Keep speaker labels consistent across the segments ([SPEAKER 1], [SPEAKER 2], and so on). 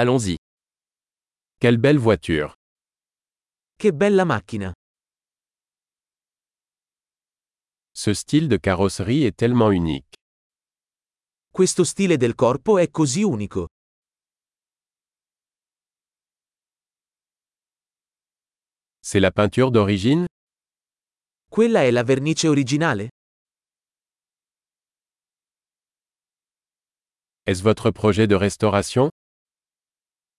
[SPEAKER 1] Allons-y. Quelle belle voiture.
[SPEAKER 2] Che bella macchina!
[SPEAKER 1] Ce style de carrosserie est tellement unique.
[SPEAKER 2] Questo stile del corpo è così unico.
[SPEAKER 1] C'est la peinture d'origine
[SPEAKER 2] Quella è la vernice originale?
[SPEAKER 1] Est-ce votre projet de restauration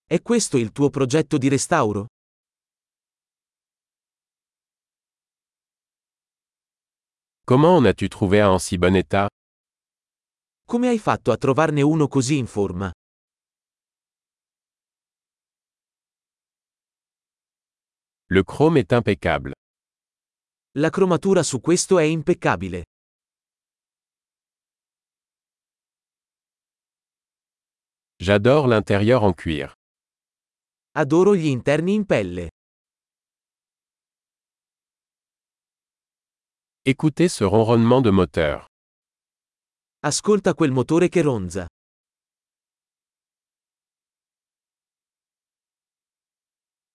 [SPEAKER 2] È questo il tuo progetto di restauro?
[SPEAKER 1] Comment en as-tu trouvé un en si bon état
[SPEAKER 2] Come hai fatto a trovarne uno così in forma?
[SPEAKER 1] Le chrome est impeccable.
[SPEAKER 2] La cromatura su questo è impeccabile.
[SPEAKER 1] J'adore l'intérieur en cuir.
[SPEAKER 2] Adoro gli interni in pelle.
[SPEAKER 1] Écoutez ce ronronnement de moteur.
[SPEAKER 2] Ascolta quel motore che ronza.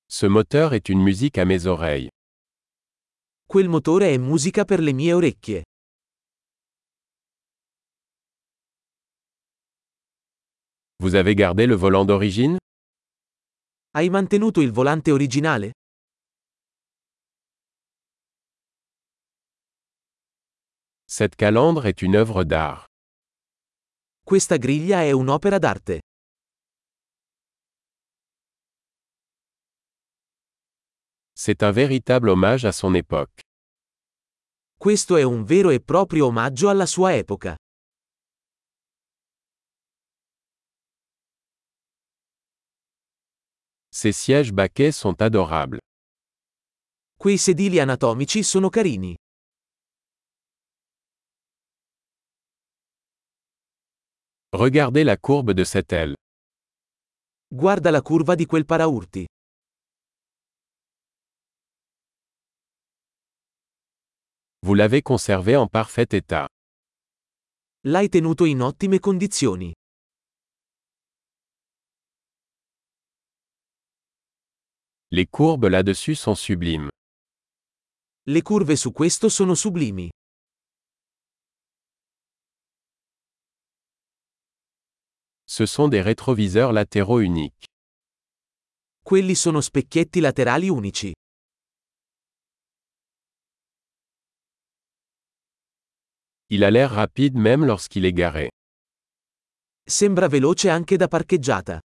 [SPEAKER 1] Ce moteur est une musique à mes oreilles.
[SPEAKER 2] Quel motore è musica per le mie orecchie.
[SPEAKER 1] Vous avez gardé le volant d'origine
[SPEAKER 2] Hai mantenuto il volante originale?
[SPEAKER 1] Cette calandre est une œuvre d'art.
[SPEAKER 2] Questa griglia è un'opera d'arte.
[SPEAKER 1] C'est un véritable hommage à son époque.
[SPEAKER 2] Questo è un vero e proprio omaggio alla sua epoca.
[SPEAKER 1] Ces sièges baquets sont adorables.
[SPEAKER 2] Quei sedili anatomici sono carini.
[SPEAKER 1] Regardez la courbe de cette aile.
[SPEAKER 2] Guarda la curva di quel paraurti.
[SPEAKER 1] Vous l'avez conservé en parfait état.
[SPEAKER 2] L'hai tenuto in ottime condizioni.
[SPEAKER 1] Les courbes là-dessus sont sublimes.
[SPEAKER 2] Le curve su questo sono sublimi.
[SPEAKER 1] Ce sont des rétroviseurs latéraux uniques.
[SPEAKER 2] Quelli sono specchietti laterali unici.
[SPEAKER 1] Il a l'air rapide même lorsqu'il est garé.
[SPEAKER 2] Sembra veloce anche da parcheggiata.